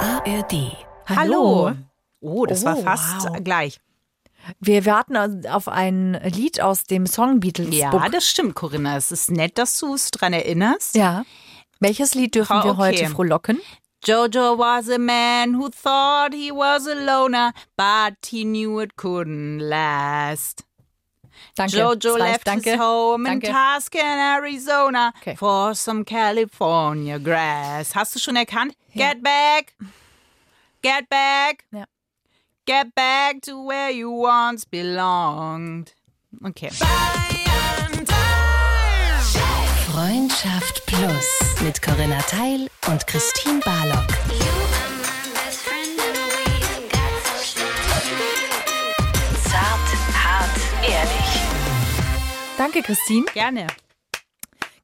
ARD. Hallo. Oh, das Oh, war fast wow. gleich. Wir warten also auf ein Lied aus dem Song Beatles. Ja, Book. das stimmt, Corinna. Es ist nett, dass du es dran erinnerst. ja. Welches Lied dürfen Ah, wir okay. heute frohlocken? Jojo was a man who thought he was a loner, but he knew it couldn't last. Danke. Jojo es reicht. left Danke. his home in Danke. Tuscan, Arizona Okay. for some California grass. Hast du schon erkannt? Get back. Get back. Ja. Get back to where you once belonged. Okay. Freundschaft Plus mit Corinna Teil und Christine Barlock. Zart, hart, ehrlich. Danke, Christine. Gerne.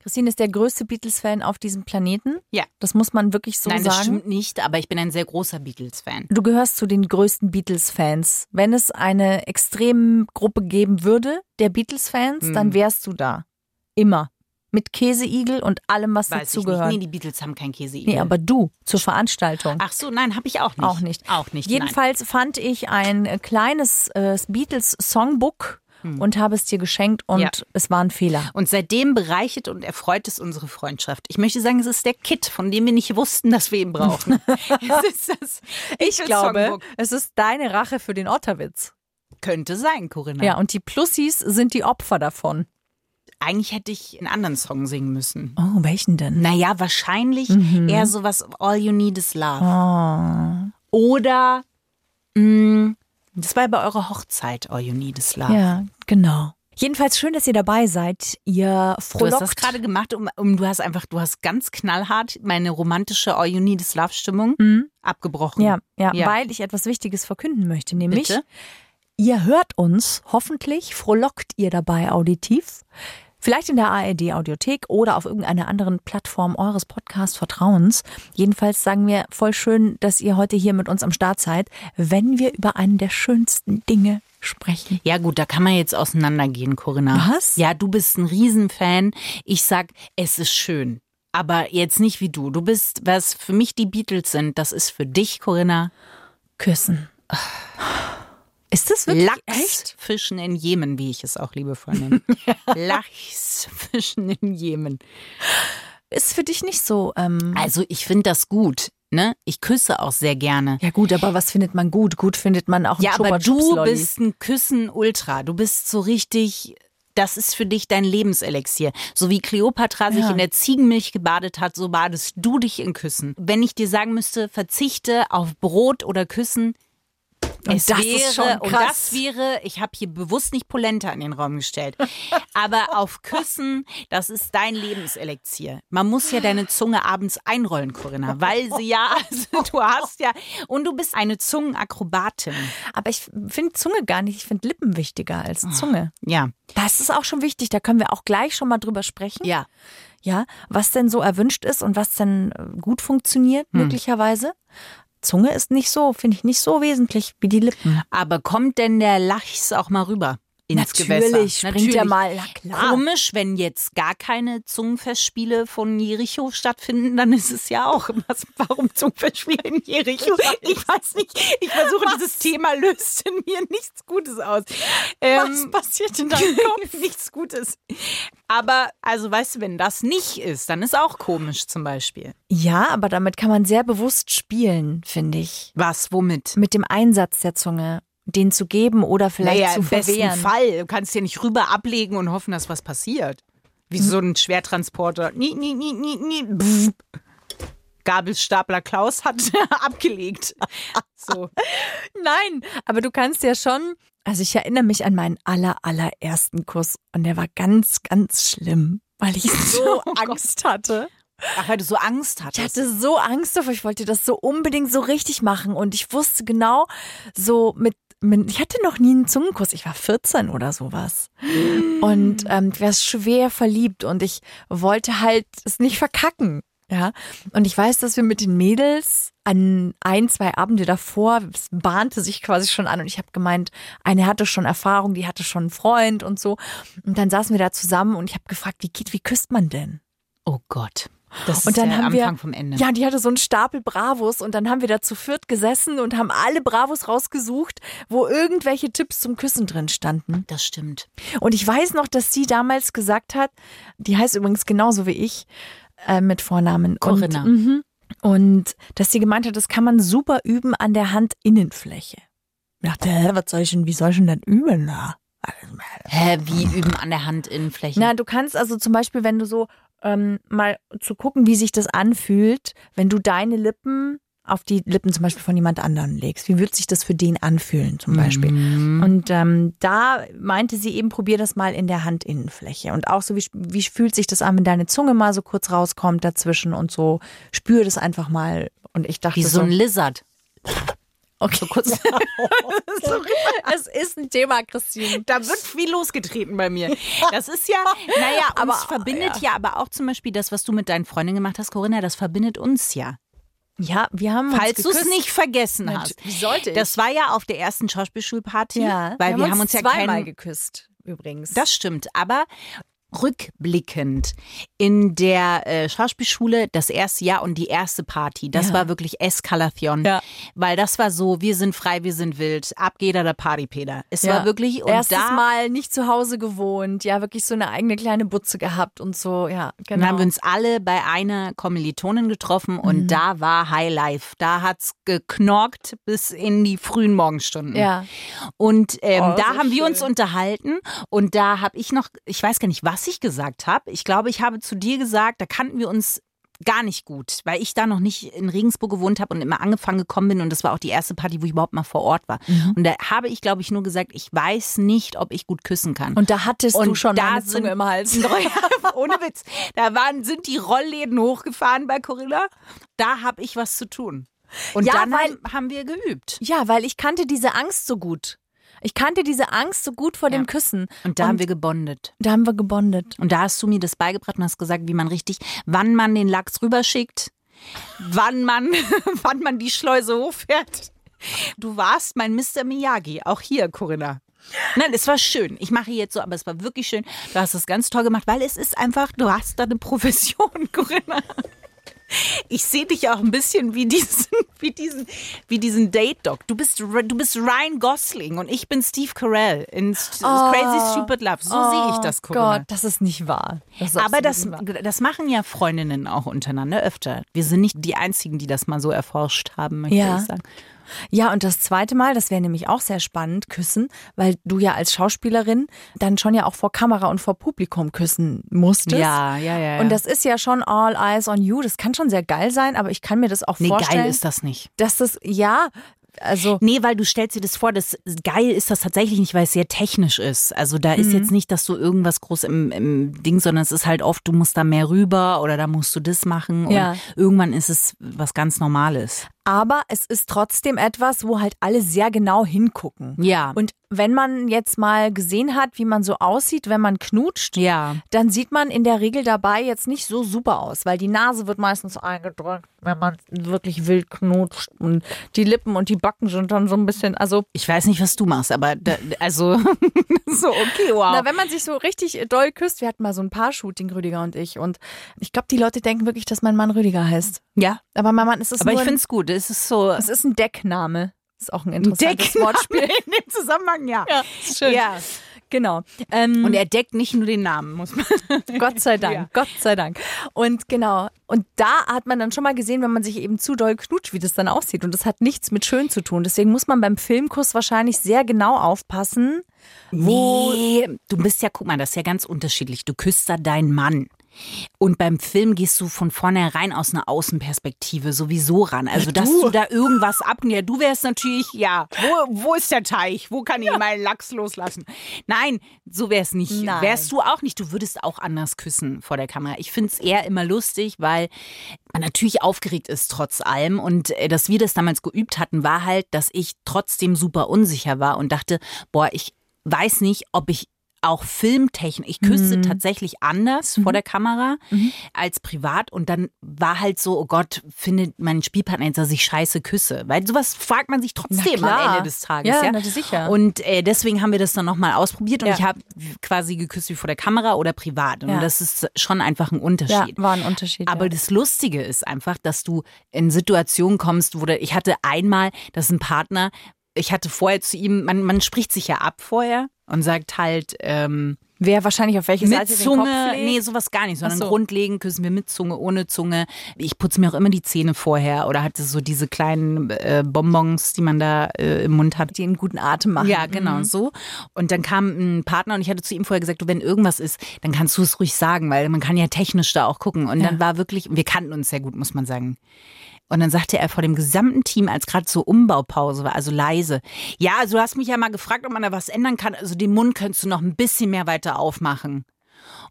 Christine ist der größte Beatles-Fan auf diesem Planeten. Ja. Das muss man wirklich so Nein, das sagen. stimmt nicht, aber ich bin ein sehr großer Beatles-Fan. Du gehörst zu den größten Beatles-Fans. Wenn es eine extreme Gruppe geben würde, der Beatles-Fans, Hm. dann wärst du da. Immer. Mit Käseigel und allem, was Weiß ich nicht. dazugehört. Nee, die Beatles haben kein Käse. Nee, aber du zur Veranstaltung. Ach so, nein, habe ich auch nicht. Auch nicht. Auch nicht. nein. Jedenfalls fand ich ein äh, kleines äh, Beatles Songbook und habe es dir geschenkt und Hm. Ja. es war ein Fehler. Und seitdem bereichert und erfreut es unsere Freundschaft. Ich möchte sagen, es ist der Kit, von dem wir nicht wussten, dass wir ihn brauchen. es ist das Beatles Songbook. es ist deine Rache für den Otterwitz. Könnte sein, Corinna. Ja, und die Plussis sind die Opfer davon. Eigentlich hätte ich einen anderen Song singen müssen. Oh, welchen denn? Naja, wahrscheinlich Mhm. eher sowas All You Need Is Love. Ah. Oder, mh, das war ja bei eurer Hochzeit All You Need Is Love. Ja, genau. Jedenfalls schön, dass ihr dabei seid. Ihr Du frohlockt. hast das gerade gemacht, um, um du hast einfach, du hast ganz knallhart meine romantische All You Need Is Love Stimmung abgebrochen. Mhm. ja, ja, Ja. weil ich etwas Wichtiges verkünden möchte, nämlich Bitte? ihr hört uns hoffentlich, frohlockt ihr dabei auditiv. Vielleicht in der ARD Audiothek oder auf irgendeiner anderen Plattform eures Podcast Vertrauens. Jedenfalls sagen wir voll schön, dass ihr heute hier mit uns am Start seid, wenn wir über einen der schönsten Dinge sprechen. Ja gut, da kann man jetzt auseinandergehen, Corinna. Was? Ja, du bist ein Riesenfan. Ich sag, es ist schön. Aber jetzt nicht wie du. Du bist, was für mich die Beatles sind, das ist für dich, Corinna, Küssen. Ist das wirklich echt? Lachsfischen in Jemen, wie ich es auch liebevoll nenne. Lachsfischen in Jemen. Ist für dich nicht so. Ähm, Also ich finde das gut, ne? Ich küsse auch sehr gerne. ja gut, aber was findet man gut? Gut findet man auch. einen Ja, Chupa aber Chups du Lolli. bist ein Küssen-Ultra. Du bist so richtig, das ist für dich dein Lebenselixier. So wie Kleopatra sich Ja. in der Ziegenmilch gebadet hat, so badest du dich in Küssen. Wenn ich dir sagen müsste, verzichte auf Brot oder Küssen, Und es das ist wäre, schon und krass. das wäre, ich habe hier bewusst nicht Polenta in den Raum gestellt, aber auf Küssen, das ist dein Lebenselixier. Man muss ja deine Zunge abends einrollen, Corinna, weil sie ja, also du hast ja, und du bist eine Zungenakrobatin. Aber ich finde Zunge gar nicht. Ich finde Lippen wichtiger als Zunge. Ja, Das ist auch schon wichtig. Da können wir auch gleich schon mal drüber sprechen. ja. Ja, was denn so erwünscht ist und was denn äh, gut funktioniert, möglicherweise. Zunge ist nicht so, finde ich nicht so wesentlich wie die Lippen. Aber kommt denn der Lachs auch mal rüber ins Gewässer? springt ja mal. Na klar. Komisch, wenn jetzt gar keine Zungenfestspiele von Jericho stattfinden, dann ist es ja auch. Was, warum Zungenfestspiele in Jericho? Ich weiß nicht. Ich versuche, dieses Thema löst in mir nichts Gutes aus. was passiert in deinem Kopf? nichts Gutes. Aber, also, weißt du, wenn das nicht ist, dann ist auch komisch zum Beispiel. Ja, aber damit kann man sehr bewusst spielen, finde ich. Was, womit? Mit dem Einsatz der Zunge, den zu geben oder vielleicht naja, zu im besten verwehren. Fall. Du kannst dir nicht rüber ablegen und hoffen, dass was passiert. Wie so ein Schwertransporter. Nie, nie, nie, nie, nie. Pff. Gabelstapler Klaus hat abgelegt. So. Nein, aber du kannst ja schon. Also ich erinnere mich an meinen aller allerersten Kuss und der war ganz ganz schlimm, weil ich so Angst hatte. Ach, weil du so Angst Ich hattest. hatte so Angst davor, ich wollte das so unbedingt so richtig machen und ich wusste genau so mit, mit ich hatte noch nie einen Zungenkuss, ich war 14 oder sowas. Und ähm, ich war schwer verliebt und ich wollte halt es nicht verkacken. Ja, und ich weiß, dass wir mit den Mädels an ein, zwei Abende davor, es bahnte sich quasi schon an und ich habe gemeint, eine hatte schon Erfahrung, die hatte schon einen Freund und so. Und dann saßen wir da zusammen und ich habe gefragt, wie geht, wie küsst man denn? oh Gott. Das Und ist dann der haben wir- Anfang vom Ende. Ja, die hatte so einen Stapel Bravos und dann haben wir da zu viert gesessen und haben alle Bravos rausgesucht, wo irgendwelche Tipps zum Küssen drin standen. Das stimmt. Und ich weiß noch, dass sie damals gesagt hat, die heißt übrigens genauso wie ich äh, mit Vornamen Corinna. Und, mhm. und dass sie gemeint hat, das kann man super üben an der Handinnenfläche. Ich dachte, hä, was soll ich denn, wie soll ich denn das üben? Na? Hä, wie üben an der Handinnenfläche? Na, du kannst also zum Beispiel, wenn du so ähm, mal zu gucken, wie sich das anfühlt, wenn du deine Lippen auf die Lippen zum Beispiel von jemand anderen legst. Wie wird sich das für den anfühlen zum Beispiel? Mhm. Und ähm, da meinte sie eben, probier das mal in der Handinnenfläche. Und auch so, wie, wie fühlt sich das an, wenn deine Zunge mal so kurz rauskommt dazwischen und so, spür das einfach mal. Und ich dachte Wie so ein so Lizard. okay. kurz. es ist ein Thema, Christine. Da wird viel losgetreten bei mir. Das ist ja, naja, aber uns verbindet ja. aber auch zum Beispiel das, was du mit deinen Freundinnen gemacht hast, Corinna, das verbindet uns ja. Ja, wir haben Falls uns du es geküsst. nicht vergessen hast. Wie sollte ich? Das war ja auf der ersten Schauspielschulparty, ja, weil wir haben uns, ja zweimal keinen, geküsst übrigens. Das stimmt, aber rückblickend in der äh, Schauspielschule das erste Jahr und die erste Party, das Ja. war wirklich Eskalation, Ja. weil das war so, wir sind frei, wir sind wild, ab geht er der Partypeter. Es Ja. war wirklich und Erstes da Mal nicht zu Hause gewohnt, ja, wirklich so eine eigene kleine Butze gehabt und so, ja, genau. Mhm. Dann haben wir uns alle bei einer Kommilitonin getroffen und da war High Life. Da hat's geknorkt bis in die frühen Morgenstunden. ja. Und ähm, Oh, da so haben wir schön. uns unterhalten und da habe ich noch, ich weiß gar nicht, was ich gesagt habe. Ich glaube, ich habe zu dir gesagt, da kannten wir uns gar nicht gut, weil ich da noch nicht in Regensburg gewohnt habe und immer angefangen gekommen bin und das war auch die erste Party, wo ich überhaupt mal vor Ort war. Mhm. Und da habe ich, glaube ich, nur gesagt, ich weiß nicht, ob ich gut küssen kann. Und da hattest du Und schon da meine Zunge sind- im Hals. Ohne Witz. Da waren, sind die Rollläden hochgefahren bei Corinna. Da habe ich was zu tun. Und Ja, dann weil- haben- haben wir geübt. Ja, weil ich kannte diese Angst so gut. Ich kannte diese Angst so gut vor Ja. dem Küssen. Und da haben wir gebondet. da haben wir gebondet. Und da hast du mir das beigebracht und hast gesagt, wie man richtig, wann man den Lachs rüberschickt, wann man, wann man die Schleuse hochfährt. Du warst mein Mr. Miyagi, auch hier, Corinna. Nein, es war schön. Ich mache jetzt so, aber es war wirklich schön. Du hast es ganz toll gemacht, weil es ist einfach, du hast da eine Profession, Corinna. Ich sehe dich auch ein bisschen wie diesen, wie diesen, wie diesen Date-Doc. Du bist, du bist Ryan Gosling und ich bin Steve Carell in St- Crazy Stupid Love. So sehe ich das, Corinna. Oh Gott, das ist nicht wahr. Das ist Aber absolut das, nicht wahr. das machen ja Freundinnen auch untereinander öfter. Wir sind nicht die Einzigen, die das mal so erforscht haben, möchte Ja. ich sagen. Ja, und das zweite Mal, das wäre nämlich auch sehr spannend, küssen, weil du ja als Schauspielerin dann schon ja auch vor Kamera und vor Publikum küssen musstest. Ja, ja, ja, ja. Und das ist ja schon all eyes on you. Das kann schon sehr geil sein, aber ich kann mir das auch Nee, vorstellen, geil ist das nicht. dass das, ja, also. Nee, weil du stellst dir das vor, das geil ist das tatsächlich nicht, weil es sehr technisch ist. Also da Mhm. ist jetzt nicht, dass du irgendwas groß im, im Ding, sondern es ist halt oft, du musst da mehr rüber oder da musst du das machen. Und Ja. irgendwann ist es was ganz Normales. Aber es ist trotzdem etwas, wo halt alle sehr genau hingucken. Ja. Und wenn man jetzt mal gesehen hat, wie man so aussieht, wenn man knutscht, Ja. dann sieht man in der Regel dabei jetzt nicht so super aus, weil die Nase wird meistens eingedrückt, wenn man wirklich wild knutscht und die Lippen und die Backen sind dann so ein bisschen, also Ich weiß nicht, was du machst, aber da, also so okay, wow. Na, wenn man sich so richtig äh, doll küsst, wir hatten mal so ein Paar-Shooting, Rüdiger und ich. Und ich glaube, die Leute denken wirklich, dass mein Mann Rüdiger heißt. ja, Aber mein Mann es ist aber ich nur ein, finde es gut. Es ist so es ist ein Deckname. Ist auch ein interessantes Deckname Wortspiel. in dem Zusammenhang, ja. Schön. Ja, genau. Ähm, Und er deckt nicht nur den Namen, muss man. Gott sei Dank, Ja. Gott sei Dank. Und genau. Und da hat man dann schon mal gesehen, wenn man sich eben zu doll knutscht, wie das dann aussieht. Und das hat nichts mit schön zu tun. Deswegen muss man beim Filmkuss wahrscheinlich sehr genau aufpassen. Nee, du bist ja, guck mal, das ist ja ganz unterschiedlich. Du küsst da deinen Mann. Und beim Film gehst du von vornherein aus einer Außenperspektive sowieso ran. Also, dass du da irgendwas ab. Ja, du wärst natürlich, ja, wo, wo ist der Teich? Wo kann ich meinen Lachs loslassen? Nein, so wär's nicht. Nein. Wärst du auch nicht. Du würdest auch anders küssen vor der Kamera. Ich find's eher immer lustig, weil man natürlich aufgeregt ist trotz allem. Und äh, dass wir das damals geübt hatten, war halt, dass ich trotzdem super unsicher war und dachte, boah, ich weiß nicht, ob ich auch filmtechnisch. Ich küsste Mhm. tatsächlich anders vor der Kamera als privat. Und dann war halt so, oh Gott, findet mein Spielpartner jetzt, dass ich scheiße küsse. Weil sowas fragt man sich trotzdem am klar. Ende des Tages. Ja, Ja, na, sicher. Und äh, deswegen haben wir das dann nochmal ausprobiert. Und Ja. ich habe quasi geküsst wie vor der Kamera oder privat. Und Ja. das ist schon einfach ein Ja, Unterschied. war ein Unterschied. Aber ja. das Lustige ist einfach, dass du in Situationen kommst, wo der, ich hatte einmal, dass ein Partner, ich hatte vorher zu ihm, man, man spricht sich ja ab vorher und sagt halt, ähm, wer wahrscheinlich auf welche mit Seite den Zunge, Kopf legt? nee, sowas gar nicht, sondern Ach so. grundlegend küssen wir mit Zunge, ohne Zunge. Ich putze mir auch immer die Zähne vorher oder hatte so diese kleinen äh, Bonbons, die man da äh, im Mund hat. die einen guten Atem machen. Mhm. Ja, genau, so. Und dann kam ein Partner und ich hatte zu ihm vorher gesagt, du, wenn irgendwas ist, dann kannst du es ruhig sagen, weil man kann ja technisch da auch gucken. Und dann war wirklich, wir kannten uns sehr gut, muss man sagen. Und dann sagte er vor dem gesamten Team, als gerade so Umbaupause war, also leise, ja, also du hast mich ja mal gefragt, ob man da was ändern kann. Also den Mund könntest du noch ein bisschen mehr weiter aufmachen.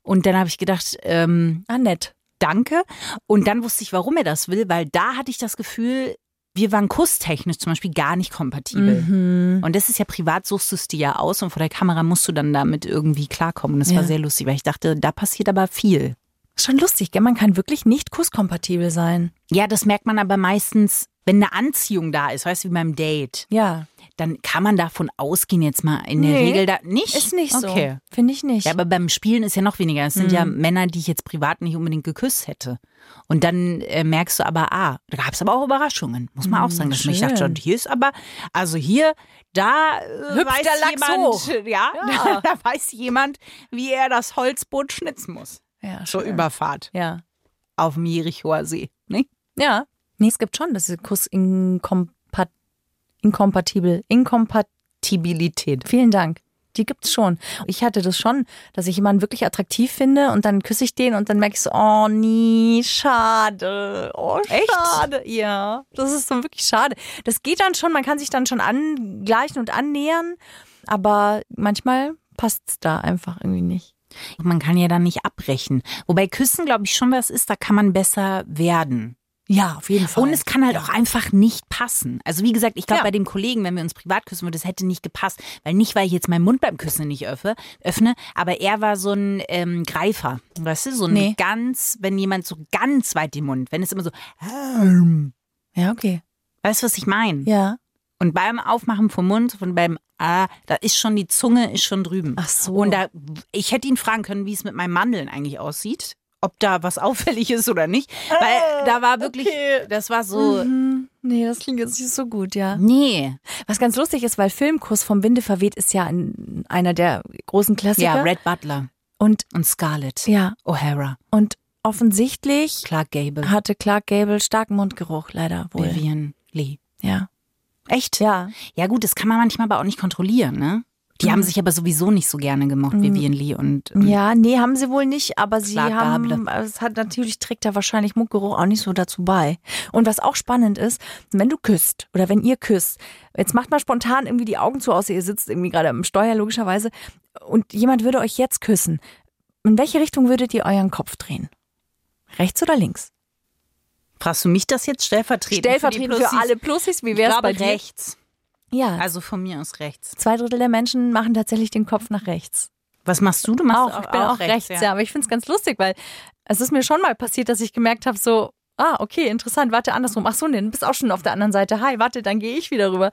Und dann habe ich gedacht, ähm, Ah, nett. danke. Und dann wusste ich, warum er das will, weil da hatte ich das Gefühl, wir waren kusstechnisch zum Beispiel gar nicht kompatibel. Mhm. Und das ist ja privat, suchst du es dir ja aus und vor der Kamera musst du dann damit irgendwie klarkommen. Und das Ja. war sehr lustig, weil ich dachte, da passiert aber viel. Schon lustig, gell? Man kann wirklich nicht kusskompatibel sein. Ja, das merkt man aber meistens, wenn eine Anziehung da ist, weißt du, wie beim Date, Ja. dann kann man davon ausgehen, jetzt mal in der Nee, Regel da nicht. Ist nicht so. Okay. Finde ich nicht. Ja, aber beim Spielen ist ja noch weniger. Es sind ja Mhm. Männer, die ich jetzt privat nicht unbedingt geküsst hätte. Und dann äh, merkst du aber, ah, da gab es aber auch Überraschungen, muss man auch sagen. Dass man- ich Mhm, schön. dachte schon, hier ist aber, also hier, da äh, Hüpft weiß der Lachs jemand, hoch. Ja, Ja. Da, da weiß jemand, wie er das Holzboot schnitzen muss. ja, Zur schön. Überfahrt Ja. auf dem Jerichoer See. Ne? Ja. Nee, es gibt schon, das ist Kussinkompat... Inkompatibel. Inkompat... Tibilität. Vielen Dank. Die gibt's schon. Ich hatte das schon, dass ich jemanden wirklich attraktiv finde und dann küsse ich den und dann merke ich so, oh nie, schade. Oh, Echt? schade. Ja. Das ist dann wirklich schade. Das geht dann schon, man kann sich dann schon angleichen und annähern, aber manchmal passt's da einfach irgendwie nicht. Man kann ja dann nicht abbrechen. Wobei Küssen, glaube ich, schon was ist, da kann man besser werden. Ja, auf jeden Und es kann halt auch einfach nicht passen. Also wie gesagt, ich glaube Ja. bei dem Kollegen, wenn wir uns privat küssen würden, das hätte nicht gepasst. Weil nicht, weil ich jetzt meinen Mund beim Küssen nicht öffne, öffne aber er war so ein ähm, Greifer. Weißt du, so ein Nee. ganz, wenn jemand so ganz weit den Mund, wenn es immer so, ja, okay. weißt du, was ich meine? Ja. Und beim Aufmachen vom Mund und beim Ah, da ist schon die Zunge ist schon drüben. Ach so. Und da, ich hätte ihn fragen können, wie es mit meinem Mandeln eigentlich aussieht. Ob da was auffällig ist oder nicht. Weil da war wirklich, das war so, Ah, Mhm. Nee, das klingt jetzt nicht so gut, ja. nee. Was ganz lustig ist, weil Filmkuss vom Winde verweht ist ja ein, einer der großen Klassiker. Ja, Red Butler und und Scarlett ja, O'Hara, Und offensichtlich Clark Gable, hatte Clark Gable starken Mundgeruch, leider wohl. Vivian Lee. Ja. Echt? Ja. Ja gut, das kann man manchmal aber auch nicht kontrollieren, ne? Die Mhm. haben sich aber sowieso nicht so gerne gemocht, Vivian Lee und ähm, Ja, nee, haben sie wohl nicht, aber sie Clark haben, es hat natürlich trägt da wahrscheinlich Mundgeruch auch nicht so dazu bei. Und was auch spannend ist, wenn du küsst oder wenn ihr küsst, jetzt macht mal spontan irgendwie die Augen zu, außer ihr sitzt irgendwie gerade am Steuer logischerweise und jemand würde euch jetzt küssen. In welche Richtung würdet ihr euren Kopf drehen? Rechts oder links? Fragst du mich das jetzt stellvertretend? Stellvertretend die für, Plussis? alle Plussis, wie Ich wär's glaube, bei dir? rechts. Ja, Also von mir aus rechts. Zwei Drittel der Menschen machen tatsächlich den Kopf nach rechts. Was machst du? Du machst Auch, ich bin auch, rechts, ja. Aber ich finde es ganz lustig, weil es ist mir schon mal passiert, dass ich gemerkt habe, so, ah, okay, interessant, warte, andersrum. Ach so, nee, du bist auch schon auf der anderen Seite. Hi, warte, dann gehe ich wieder rüber.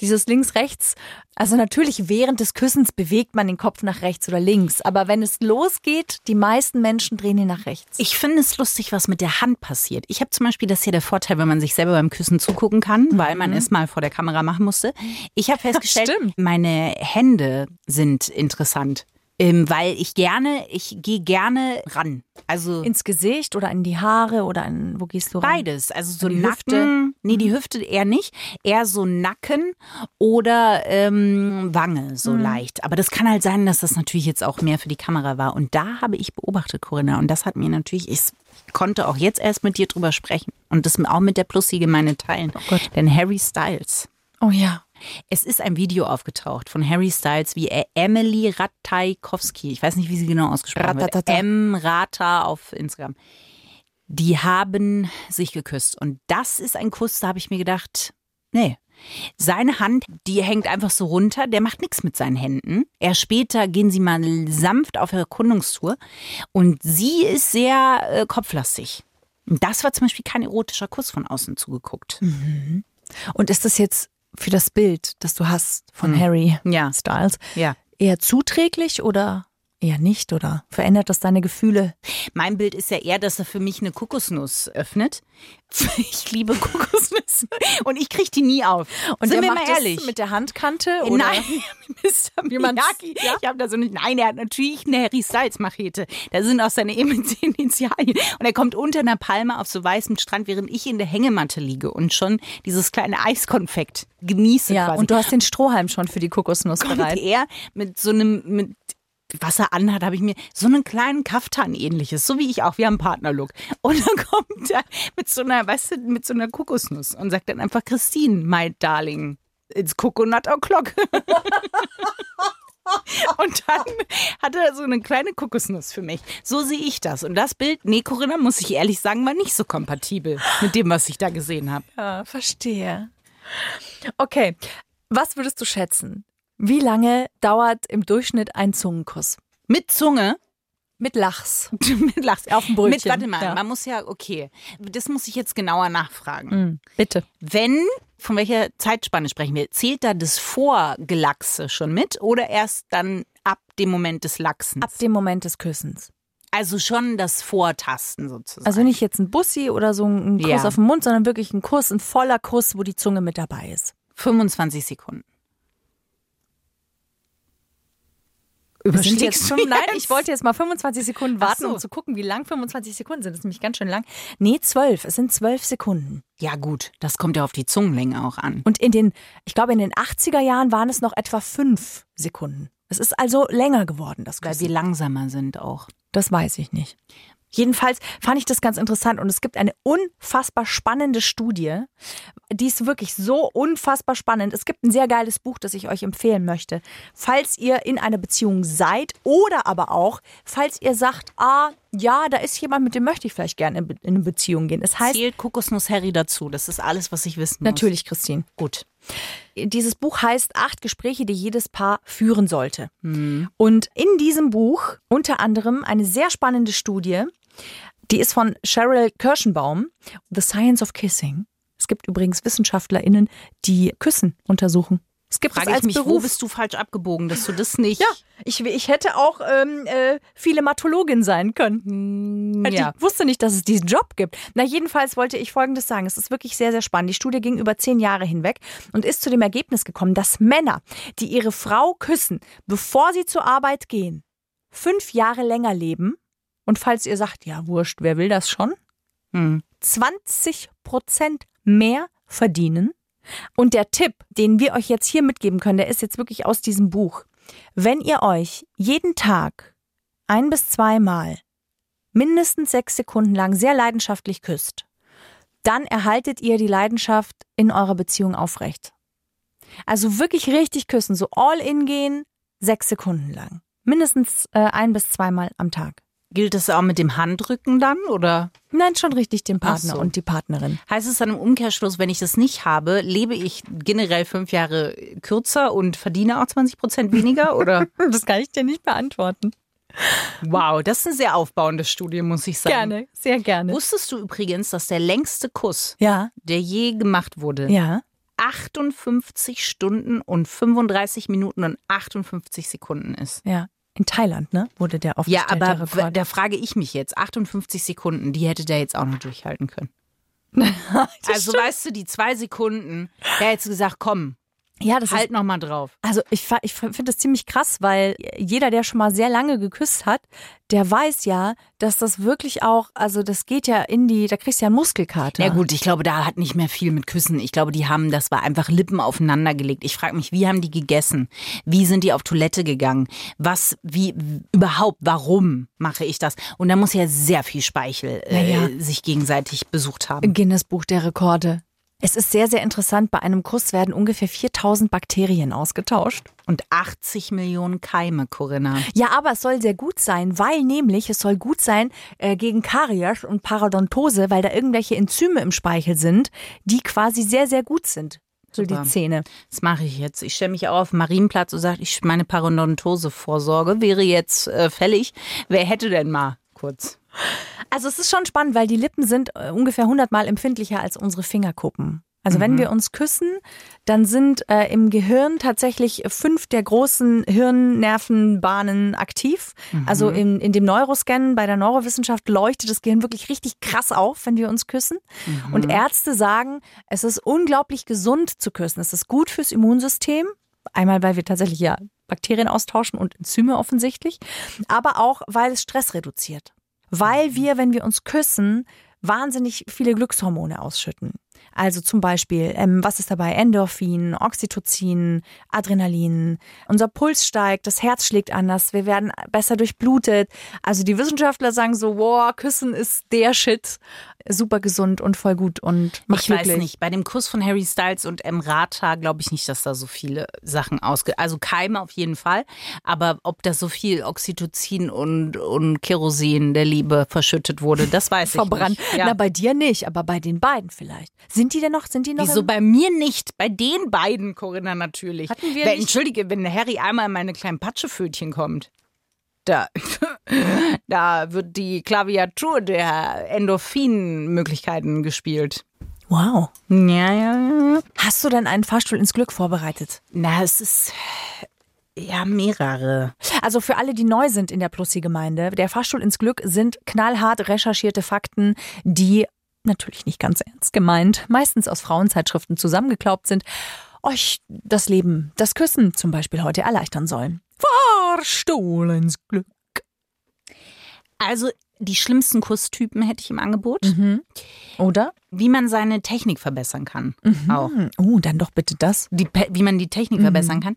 Dieses links, rechts. Also natürlich während des Küssens bewegt man den Kopf nach rechts oder links. Aber wenn es losgeht, die meisten Menschen drehen ihn nach rechts. Ich finde es lustig, was mit der Hand passiert. Ich habe zum Beispiel das hier der Vorteil, wenn man sich selber beim Küssen zugucken kann, weil man es mal vor der Kamera machen musste. Ich habe festgestellt, Stimmt. meine Hände sind interessant, ähm, weil ich gerne, ich gehe gerne ran. Also Ins Gesicht oder in die Haare oder in, wo gehst du rein? beides. Also so Die Mhm. Nacken. Nee, die Hüfte eher nicht. Eher so Nacken oder ähm, Wange so Mhm. leicht. Aber das kann halt sein, dass das natürlich jetzt auch mehr für die Kamera war. Und da habe ich beobachtet, Corinna. Und das hat mir natürlich, ich konnte auch jetzt erst mit dir drüber sprechen. Und das auch mit der Plussiege meine teilen. Oh Gott. Denn Harry Styles. Oh ja. Es ist ein Video aufgetaucht von Harry Styles, wie er Emily Ratajkowski, ich weiß nicht, wie sie genau ausgesprochen wird, Ratatata. M. Rata auf Instagram. Die haben sich geküsst. Und das ist ein Kuss, da habe ich mir gedacht, nee. Seine Hand, die hängt einfach so runter, der macht nichts mit seinen Händen. Erst später gehen sie mal sanft auf Erkundungstour und sie ist sehr äh, kopflastig. Und Das war zum Beispiel kein erotischer Kuss von außen zugeguckt. Und ist das jetzt für das Bild, das du hast von Harry Ja. Styles, Ja. eher zuträglich oder eher nicht? Oder verändert das deine Gefühle? Mein Bild ist ja eher, dass er für mich eine Kokosnuss öffnet. Ich liebe Kokosnüsse und ich kriege die nie auf. der Und sind wir macht mal das ehrlich. mit der Handkante? Oder? Nein, Mr. Jemand- Miyagi. Ich habe da so eine, nein, er hat natürlich eine Harry Styles Machete. Da sind auch seine Initialien. Und er kommt unter einer Palme auf so weißem Strand, während ich in der Hängematte liege und schon dieses kleine Eiskonfekt genieße Ja, quasi. und du hast den Strohhalm schon für die Kokosnuss kommt bereit. er mit so einem, mit was er anhat, habe ich mir so einen kleinen Kaftan ähnliches, so wie ich auch, wir haben Partnerlook. Und dann kommt er mit so einer, weißt du, mit so einer Kokosnuss und sagt dann einfach, Christine, my darling, it's coconut o'clock. Und dann hat er so eine kleine Kokosnuss für mich. So sehe ich das. Und das Bild, nee, Corinna, muss ich ehrlich sagen, war nicht so kompatibel mit dem, was ich da gesehen habe. Ja, verstehe. Okay, was würdest du schätzen? Wie lange dauert im Durchschnitt ein Zungenkuss? Mit Zunge Mit Lachs. mit Lachs auf dem Brötchen. Mit, warte mal, Ja. man muss ja, okay, das muss ich jetzt genauer nachfragen. Mm, Bitte. Wenn, von welcher Zeitspanne sprechen wir? Zählt da das Vorgelaxe schon mit oder erst dann ab dem Moment des Lachsens? Ab dem Moment des Küssens. Also schon das Vortasten sozusagen. Also nicht jetzt ein Bussi oder so ein Kuss Ja. auf den Mund, sondern wirklich ein Kuss, ein voller Kuss, wo die Zunge mit dabei ist. 25 Sekunden. Wir sind Überschlägst jetzt du fünf- Nein, jetzt? ich wollte jetzt mal 25 Sekunden warten, so. um zu gucken, wie lang 25 Sekunden sind. Das ist nämlich ganz schön lang. Nee, zwölf. Es sind zwölf Sekunden. Ja gut, das kommt ja auf die Zungenlänge auch an. Und in den, ich glaube, in den 80er Jahren waren es noch etwa fünf Sekunden. Es ist also länger geworden, das Weil Küssen. wir langsamer sind auch. Das weiß ich nicht. Jedenfalls fand ich das ganz interessant und es gibt eine unfassbar spannende Studie. Die ist wirklich so unfassbar spannend. Es gibt ein sehr geiles Buch, das ich euch empfehlen möchte. Falls ihr in einer Beziehung seid oder aber auch, falls ihr sagt, ah, ja, da ist jemand, mit dem möchte ich vielleicht gerne in, Be- in eine Beziehung gehen. Es heißt Zählt Kokosnuss Harry dazu? Das ist alles, was ich wissen muss. natürlich, Christine. Gut. Dieses Buch heißt Acht Gespräche, die jedes Paar führen sollte. Hm. Und in diesem Buch unter anderem eine sehr spannende Studie, die ist von Cheryl Kirschenbaum, The Science of Kissing. Es gibt übrigens WissenschaftlerInnen, die Küssen untersuchen. Es gibt Frage es als ich mich, wo Beruf. bist du falsch abgebogen, dass du das nicht... ja, ich, ich hätte auch ähm, äh, Philematologin sein können. Hätte Hm, ja. Ich Äh, wusste nicht, dass es diesen Job gibt. Na, jedenfalls wollte ich Folgendes sagen. Es ist wirklich sehr, sehr spannend. Die Studie ging über zehn Jahre hinweg und ist zu dem Ergebnis gekommen, dass Männer, die ihre Frau küssen, bevor sie zur Arbeit gehen, fünf Jahre länger leben. Und falls ihr sagt, ja, wurscht, wer will das schon? Hm. 20 Prozent mehr verdienen. Und der Tipp, den wir euch jetzt hier mitgeben können, der ist jetzt wirklich aus diesem Buch. Wenn ihr euch jeden Tag ein bis zweimal mindestens sechs Sekunden lang sehr leidenschaftlich küsst, dann erhaltet ihr die Leidenschaft in eurer Beziehung aufrecht. Also wirklich richtig küssen, so all in gehen, sechs Sekunden lang. Mindestens äh, ein bis zweimal am Tag. Gilt das auch mit dem Handrücken dann oder Nein, schon richtig den Ach Partner so. und die Partnerin. heißt es dann im Umkehrschluss, wenn ich das nicht habe, lebe ich generell fünf Jahre kürzer und verdiene auch 20 Prozent weniger oder? Hm, Das kann ich dir nicht beantworten. Wow, das ist eine sehr aufbauende Studie, muss ich sagen. Gerne, sehr gerne. Wusstest du übrigens, dass der längste Kuss, Ja, der je gemacht wurde, ja. 58 Stunden und 35 Minuten und 58 Sekunden ist? Ja, in Thailand, ne? Wurde der Ja, aufgestellt, der aber w- Rekord. da frage ich mich jetzt, 58 Sekunden, die hätte der jetzt auch noch durchhalten können. also weißt du, die zwei Sekunden, der hätte gesagt, komm, ja, das halt nochmal drauf. Also ich, fa- ich finde das ziemlich krass, weil jeder, der schon mal sehr lange geküsst hat, der weiß ja, dass das wirklich auch, also das geht ja in die, da kriegst du ja einen Muskelkater. Ja gut, ich glaube, da hat nicht mehr viel mit Küssen. Ich glaube, die haben, das war einfach Lippen aufeinander gelegt. Ich frage mich, wie haben die gegessen? Wie sind die auf Toilette gegangen? Was, wie, w- überhaupt, warum mache ich das? Und da muss ja sehr viel Speichel äh, Naja. sich gegenseitig besucht haben. Guinness Buch der Rekorde. Es ist sehr, sehr interessant, bei einem Kuss werden ungefähr 4000 Bakterien ausgetauscht. Und 80 Millionen Keime, Corinna. Ja, aber es soll sehr gut sein, weil nämlich es soll gut sein äh, gegen Karies und Parodontose, weil da irgendwelche Enzyme im Speichel sind, die quasi sehr, sehr gut sind So Super. die Zähne. Das mache ich jetzt. Ich stelle mich auch auf den Marienplatz und sage, ich meine Parodontose-Vorsorge wäre jetzt äh, fällig. Wer hätte denn mal kurz? Also es ist schon spannend, weil die Lippen sind äh, ungefähr 100 Mal empfindlicher als unsere Fingerkuppen. Also wenn wir uns küssen, dann sind äh, im Gehirn tatsächlich fünf der großen Hirnnervenbahnen aktiv. Also in, in dem Neuroscan bei der Neurowissenschaft leuchtet das Gehirn wirklich richtig krass auf, wenn wir uns küssen. Und Ärzte sagen, es ist unglaublich gesund zu küssen. Es ist gut fürs Immunsystem. Einmal, weil wir tatsächlich ja Bakterien austauschen und Enzyme offensichtlich, aber auch, weil es Stress reduziert Mhm. weil wir, wenn wir uns küssen, wahnsinnig viele Glückshormone ausschütten. Also zum Beispiel, ähm, was ist dabei? Endorphin, Oxytocin, Adrenalin. Unser Puls steigt, das Herz schlägt anders, wir werden besser durchblutet. Also die Wissenschaftler sagen so, wow, Küssen ist der Shit. Super gesund und voll gut und macht ich glücklich. weiß nicht. Bei dem Kuss von Harry Styles und Emrata glaube ich nicht, dass da so viele Sachen ausge... Also Keime auf jeden Fall. Aber ob da so viel Oxytocin und, und Kerosin der Liebe verschüttet wurde, das weiß Verbrannt. ich nicht. Ja. Na, bei dir nicht, aber bei den beiden vielleicht. Sind die denn noch, sind die noch? Wieso im- bei mir nicht? Bei den beiden, Corinna, natürlich. Hatten wir Wer- nicht- Entschuldige, wenn Harry einmal in meine kleinen Patschefötchen kommt, da, da wird die Klaviatur der Endorphin-Möglichkeiten gespielt. wow. Ja, ja, ja. Hast du denn einen Fahrstuhl ins Glück vorbereitet? Na, es ist ja mehrere. Also für alle, die neu sind in der Plussi-Gemeinde, der Fahrstuhl ins Glück sind knallhart recherchierte Fakten, die natürlich nicht ganz ernst gemeint, meistens aus Frauenzeitschriften zusammengeklaubt sind, euch das Leben, das Küssen zum Beispiel heute erleichtern sollen. Fahrstuhl ins Glück. Also die schlimmsten Kusstypen hätte ich im Angebot. Mhm. Oder? Wie man seine Technik verbessern kann. Auch. Hm, Oh, dann doch bitte das. die, Pe- wie man die Mhm. Technik verbessern kann.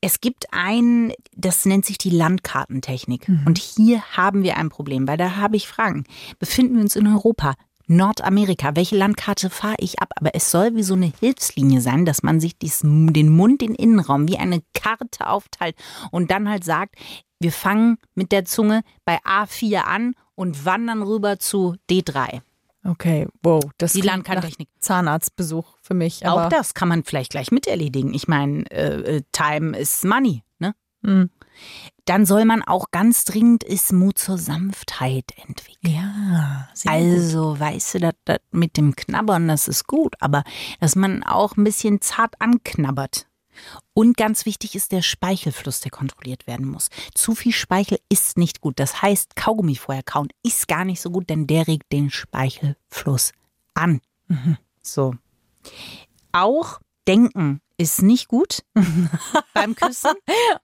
Es gibt ein, das nennt sich die Landkartentechnik. Mhm. Und hier haben wir ein Problem, weil da habe ich Fragen. Befinden wir uns in Europa? Nordamerika, welche Landkarte fahre ich ab? Aber es soll wie so eine Hilfslinie sein, dass man sich dies, den Mund, den Innenraum wie eine Karte aufteilt und dann halt sagt, wir fangen mit der Zunge bei A4 an und wandern rüber zu D3. Okay, wow. Das Die klingt Landkartentechnik. nach Zahnarztbesuch für mich. Auch das kann man vielleicht gleich mit erledigen. Ich meine, äh, äh, Time is Money, ne? Mhm. Dann soll man auch ganz dringend ist Mut zur Sanftheit entwickeln. Ja, sehr gut. Also, weißt du, das, das mit dem Knabbern, das ist gut, aber dass man auch ein bisschen zart anknabbert. Und ganz wichtig ist der Speichelfluss, der kontrolliert werden muss. Zu viel Speichel ist nicht gut. Das heißt, Kaugummi vorher kauen ist gar nicht so gut, denn der regt den Speichelfluss an. Mhm. So. Auch denken ist nicht gut beim Küssen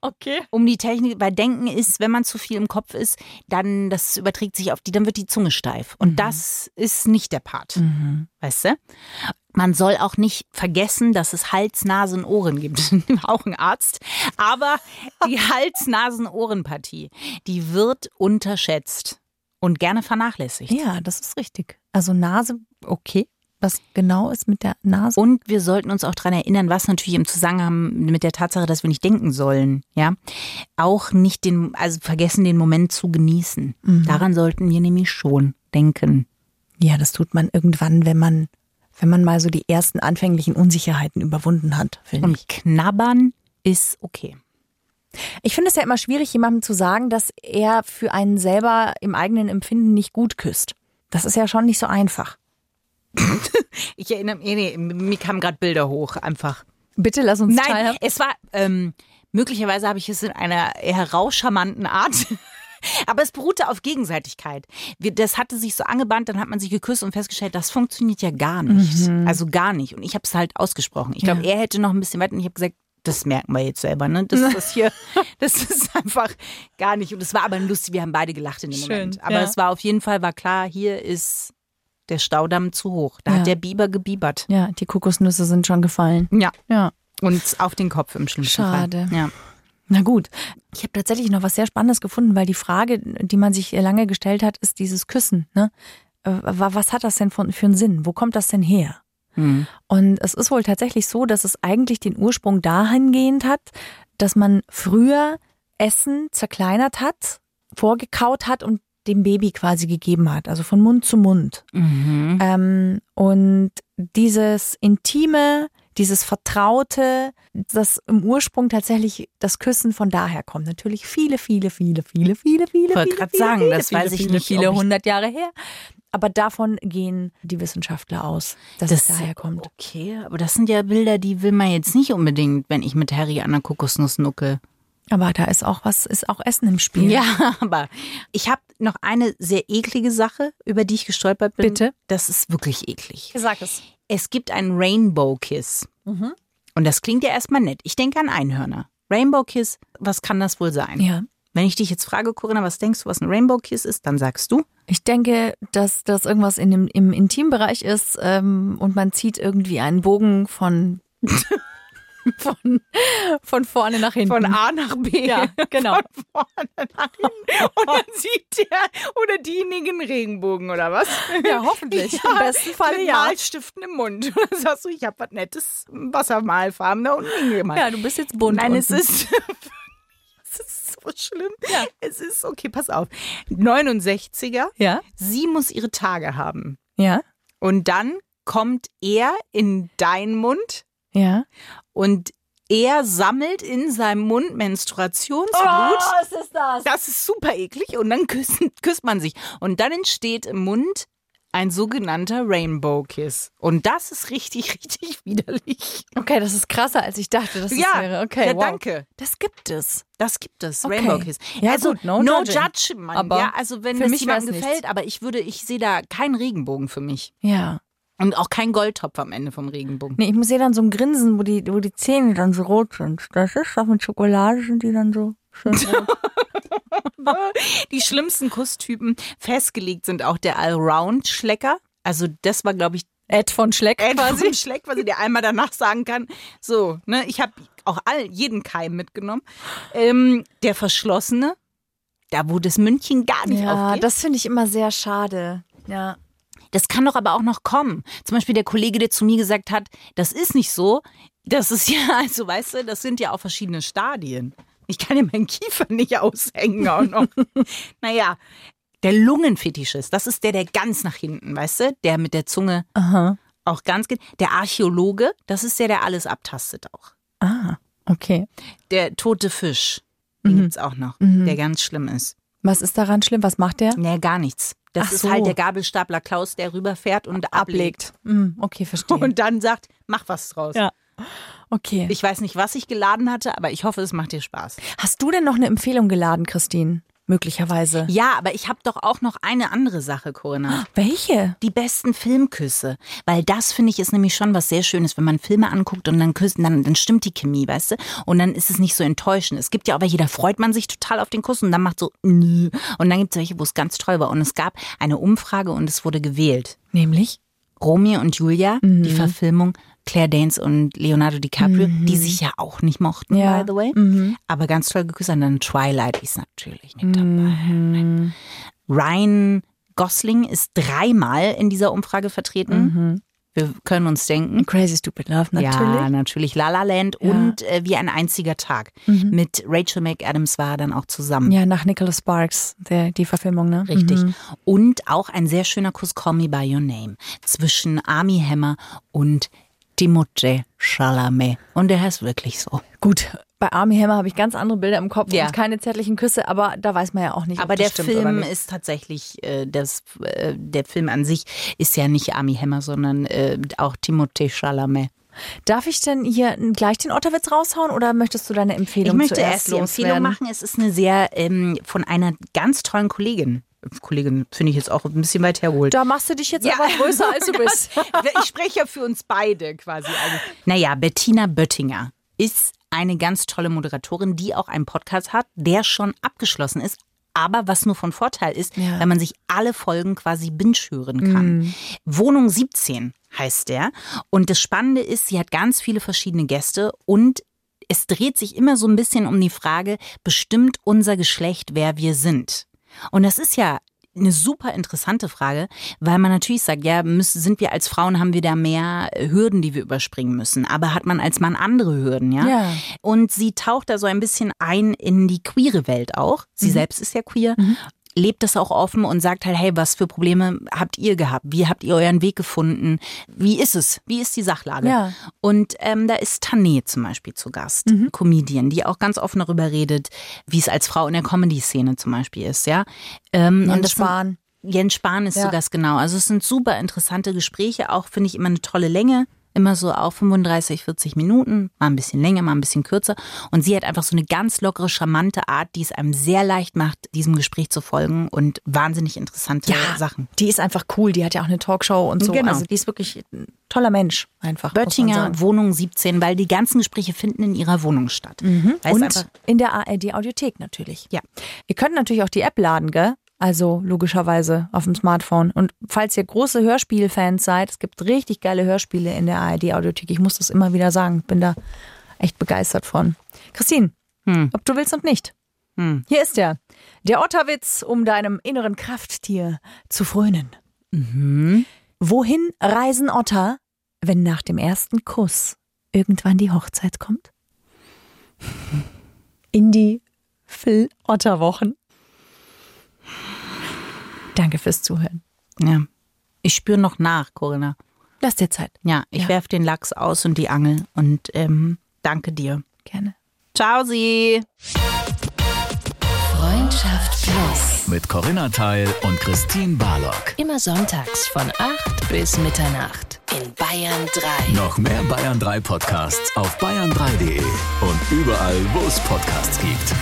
Okay. um die Technik, weil Denken ist, wenn man zu viel im Kopf ist, dann das überträgt sich auf die, dann wird die Zunge steif. Und das ist nicht der Part. Weißt du? Man soll auch nicht vergessen, dass es Hals, Nasen, Ohren gibt. auch ein Arzt. Aber die Hals, Nasen, Ohren-Partie, die wird unterschätzt und gerne vernachlässigt. Ja, das ist richtig. Also Nase, okay. Was genau ist mit der Nase? Und wir sollten uns auch daran erinnern, was natürlich im Zusammenhang mit der Tatsache, dass wir nicht denken sollen, ja, auch nicht den, also vergessen, den Moment zu genießen. Daran sollten wir nämlich schon denken. Ja, das tut man irgendwann, wenn man, wenn man mal so die ersten anfänglichen Unsicherheiten überwunden hat, finde ich. Und knabbern ist okay. Ich finde es ja immer schwierig, jemandem zu sagen, dass er für einen selber im eigenen Empfinden nicht gut küsst. Das ist ja schon nicht so einfach. Ich erinnere mich, nee, mir kamen gerade Bilder hoch, einfach. Bitte lass uns Nein, teilhaben. es war, ähm, möglicherweise habe ich es in einer herauscharmanten Art. Aber es beruhte auf Gegenseitigkeit. Wir, das hatte sich so angebahnt, dann hat man sich geküsst und festgestellt, das funktioniert ja gar nicht. Mhm. Also gar nicht. Und ich habe es halt ausgesprochen. Ich glaube, er hätte noch ein bisschen weiter und ich habe gesagt, das merken wir jetzt selber, ne? Das ist hier, das ist einfach gar nicht. Und es war aber lustig, wir haben beide gelacht in dem Schön, Moment. Aber ja. es war auf jeden Fall, war klar, hier ist der Staudamm zu hoch. Da Ja. hat der Biber gebiebert. Ja, die Kokosnüsse sind schon gefallen. Ja. Ja. Und auf den Kopf im schlimmsten Schade. Fall. Ja. Na gut. Ich habe tatsächlich noch was sehr Spannendes gefunden, weil die Frage, die man sich lange gestellt hat, ist dieses Küssen. Ne? Äh, wa- Was hat das denn von- für einen Sinn? Wo kommt das denn her? Mhm. Und es ist wohl tatsächlich so, dass es eigentlich den Ursprung dahingehend hat, dass man früher Essen zerkleinert hat, vorgekaut hat und dem Baby quasi gegeben hat, also Mhm. von Mund zu Mund. Ähm, und dieses intime dieses Vertraute, das im Ursprung tatsächlich das Küssen von daher kommt. Natürlich viele, viele, viele, viele, viele, viele. Ich wollte viele, gerade viele, sagen, viele, das viele, weiß ich viele, nicht, Viele ob ich- hundert Jahre her. Aber davon gehen die Wissenschaftler aus, dass Also, es daher kommt. Okay, aber das sind ja Bilder, die will man jetzt nicht unbedingt, wenn ich mit Harry an der Kokosnuss nucke. Aber da ist auch was, ist auch Essen im Spiel. Ja, aber ich habe noch eine sehr eklige Sache, über die ich gestolpert bin. Bitte? Das ist wirklich eklig. Sag es. Es gibt einen Rainbow Kiss. Mhm. Und das klingt ja erstmal nett. Ich denke an Einhörner. Rainbow Kiss, was kann das wohl sein? Ja. Wenn ich dich jetzt frage, Corinna, was denkst du, was ein Rainbow Kiss ist, dann sagst du. Ich denke, dass das irgendwas in dem, im Intimbereich ist ähm, und man zieht irgendwie einen Bogen von, von, von vorne nach hinten. A nach B. Ja, genau. vorne nach hinten. Und dann sieht der oder diejenige einen Regenbogen oder was? ja, hoffentlich. Im besten Fall mit ja. Malstiften im Mund. Und dann sagst du, ich habe was Nettes, Wassermalfarben da unten hingemalt. Ja, du bist jetzt bunt. Nein, es unten. ist, es ist so schlimm. Es ist, okay, pass auf. 69er, Ja? sie muss ihre Tage haben. Ja? Und dann kommt er in deinen Mund Ja? und er sammelt in seinem Mund Menstruationsblut. was ist das? Das Oh, ist super eklig. Und dann küssen, küsst man sich. Und dann entsteht im Mund ein sogenannter Rainbow Kiss. Und das ist richtig, richtig widerlich. Okay, das ist krasser, als ich dachte, dass das wäre. Okay, ja wow. danke. Das gibt es. Das gibt es, Okay. Rainbow Kiss. Ja, also gut, no no judging. judge, Mann. Aber ja, also wenn für das mich jemandem wär's gefällt, nichts. aber ich würde, ich sehe da keinen Regenbogen für mich. Ja. Und auch keinen Goldtopf am Ende vom Regenbogen. Nee, ich muss sehe dann so ein Grinsen, wo die, wo die Zähne dann so rot sind. Das ist doch mit Schokolade sind die dann so schön rot. Die schlimmsten Kusstypen festgelegt sind auch der Allround-Schlecker. Also das war, glaube ich, Ed von Schleck etwas im Schleck, was ich dir einmal danach sagen kann. So, ne, ich habe auch all, jeden Keim mitgenommen. Ähm, der verschlossene, da wo das Mündchen gar nicht Ja, aufgeht. das finde ich immer sehr schade. Ja. Das kann doch aber auch noch kommen. Zum Beispiel der Kollege, der zu mir gesagt hat, das ist nicht so. Das ist ja, also weißt du, das sind ja auch verschiedene Stadien. Ich kann ja meinen Kiefer nicht aushängen auch noch. naja, der Lungenfetischist, das ist der, der ganz nach hinten, weißt du, der mit der Zunge Aha. auch ganz geht. Der Archäologe, das ist der, der alles abtastet auch. Ah, okay. Der tote Fisch, den Mhm. gibt's auch noch, der ganz schlimm ist. Was ist daran schlimm? Was macht der? Nee, gar nichts. Das Ach ist so. halt der Gabelstapler Klaus, der rüberfährt und ablegt. Hm, okay, verstehe. Und dann sagt, mach was draus. Ja. okay. Ich weiß nicht, was ich geladen hatte, aber ich hoffe, es macht dir Spaß. Hast du denn noch eine Empfehlung geladen, Christine? Möglicherweise. Ja, aber ich habe doch auch noch eine andere Sache, Corinna. Welche? Die besten Filmküsse. Weil das, finde ich, ist nämlich schon was sehr Schönes, wenn man Filme anguckt und dann küsst, dann, dann stimmt die Chemie, weißt du? Und dann ist es nicht so enttäuschend. Es gibt ja auch welche, da freut man sich total auf den Kuss und dann macht so, nö. Und dann gibt es welche, wo es ganz toll war. Und es gab eine Umfrage und es wurde gewählt. Nämlich? Romeo und Julia, die Mhm. Verfilmung, Claire Danes und Leonardo DiCaprio, die sich ja auch nicht mochten, Ja. Mhm. by the way. Aber ganz toll geküsst haben. Dann Twilight ist natürlich mit Mhm. dabei. Ryan Gosling ist dreimal in dieser Umfrage vertreten. Wir können uns denken. Crazy Stupid Love, Mhm. Ja, natürlich. natürlich. La La Land und äh, Wie ein einziger Tag. Mhm. Mit Rachel McAdams war er dann auch zusammen. Ja, nach Nicholas Sparks, der, die Verfilmung, ne? Richtig. Und auch ein sehr schöner Kuss Call Me By Your Name zwischen Army Hammer und Timothée Chalamet. Und der heißt wirklich so. Gut. Bei Army Hammer habe ich ganz andere Bilder im Kopf Ja. und keine zärtlichen Küsse, aber da weiß man ja auch nicht, Aber ob das der stimmt oder Film nicht. ist tatsächlich, äh, das, äh, der Film an sich ist ja nicht Army Hammer, sondern äh, auch Timothée Chalamet. Darf ich denn hier gleich den Otterwitz raushauen oder möchtest du deine Empfehlung ich möchte zuerst erst die Empfehlung loswerden? machen. Es ist eine sehr ähm, von einer ganz tollen Kollegin. Kollegin finde ich jetzt auch ein bisschen weit hergeholt. Da machst du dich jetzt aber größer, als du Oh bist. Ich spreche ja für uns beide quasi. Naja, Bettina Böttinger ist eine ganz tolle Moderatorin, die auch einen Podcast hat, der schon abgeschlossen ist. Aber was nur von Vorteil ist, Ja. weil man sich alle Folgen quasi binge hören kann. Wohnung 17 heißt der. Und das Spannende ist, sie hat ganz viele verschiedene Gäste und es dreht sich immer so ein bisschen um die Frage, bestimmt unser Geschlecht, wer wir sind? Und das ist ja eine super interessante Frage, weil man natürlich sagt, ja, müssen, sind wir als Frauen, haben wir da mehr Hürden, die wir überspringen müssen. Aber hat man als Mann andere Hürden, ja? Ja. Mhm. Und sie taucht da so ein bisschen ein in die queere Welt auch. Sie selbst ist ja queer. lebt das auch offen und sagt halt, hey, was für Probleme habt ihr gehabt? Wie habt ihr euren Weg gefunden? Wie ist es? Wie ist die Sachlage? Ja. Mhm. Und ähm, da ist Tané zum Beispiel zu Gast, Comedian, die auch ganz offen darüber redet, wie es als Frau in der Comedy-Szene zum Beispiel ist, ja. Ähm, und Jens das sind- Spahn. Jens Spahn ist Ja. so das genau. Also es sind super interessante Gespräche, auch finde ich immer eine tolle Länge. Immer so auch 35, 40 Minuten, mal ein bisschen länger, mal ein bisschen kürzer. Und sie hat einfach so eine ganz lockere, charmante Art, die es einem sehr leicht macht, diesem Gespräch zu folgen und wahnsinnig interessante Sachen. Die ist einfach cool. Die hat ja auch eine Talkshow und so. Genau. Also die ist wirklich ein toller Mensch einfach. muss man Böttinger, sagen. Wohnung 17, weil die ganzen Gespräche finden in ihrer Wohnung statt. Mhm. Und in der ARD Audiothek natürlich. Ja. Ihr könnt natürlich auch die App laden, gell? Also logischerweise auf dem Smartphone. Und falls ihr große Hörspielfans seid, es gibt richtig geile Hörspiele in der ARD Audiothek. Ich muss das immer wieder sagen. Bin da echt begeistert von. Christine, ob du willst und nicht. Hier ist er. Der Otterwitz, um deinem inneren Krafttier zu frönen. Wohin reisen Otter, wenn nach dem ersten Kuss irgendwann die Hochzeit kommt? In die Phil-Otter-Wochen. Danke fürs Zuhören. ja. Ich spüre noch nach, Corinna. Lass dir Zeit. Ja, ich Ja. werf den Lachs aus und die Angel und ähm, danke dir. Gerne. Ciao, sie. Freundschaft Plus. Mit Corinna Teil und Christine Barlock. Immer sonntags von 8 bis Mitternacht in Bayern 3. Noch mehr Bayern 3 Podcasts auf bayern3.de und überall, wo es Podcasts gibt.